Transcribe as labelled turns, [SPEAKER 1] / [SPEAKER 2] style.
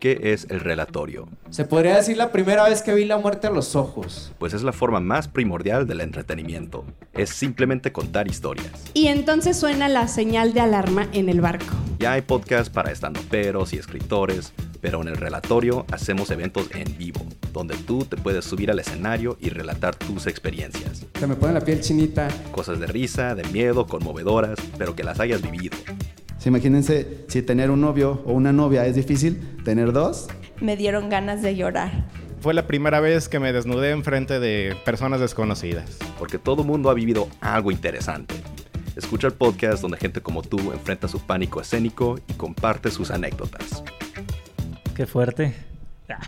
[SPEAKER 1] ¿Qué es el relatorio?
[SPEAKER 2] Se podría decir la primera vez que vi la muerte a los ojos.
[SPEAKER 1] Pues es la forma más primordial del entretenimiento. Es simplemente contar historias.
[SPEAKER 3] Y entonces suena la señal de alarma en el barco.
[SPEAKER 1] Ya hay podcasts para estandoperos y escritores, pero en el relatorio hacemos eventos en vivo, donde tú te puedes subir al escenario y relatar tus experiencias.
[SPEAKER 2] Se me pone la piel chinita.
[SPEAKER 1] Cosas de risa, de miedo, conmovedoras, pero que las hayas vivido.
[SPEAKER 4] Sí, imagínense si tener un novio o una novia es difícil, tener dos.
[SPEAKER 5] Me dieron ganas de llorar.
[SPEAKER 6] Fue la primera vez que me desnudé en frente de personas desconocidas.
[SPEAKER 1] Porque todo mundo ha vivido algo interesante. Escucha el podcast donde gente como tú enfrenta su pánico escénico y comparte sus anécdotas.
[SPEAKER 7] Qué fuerte. Ah.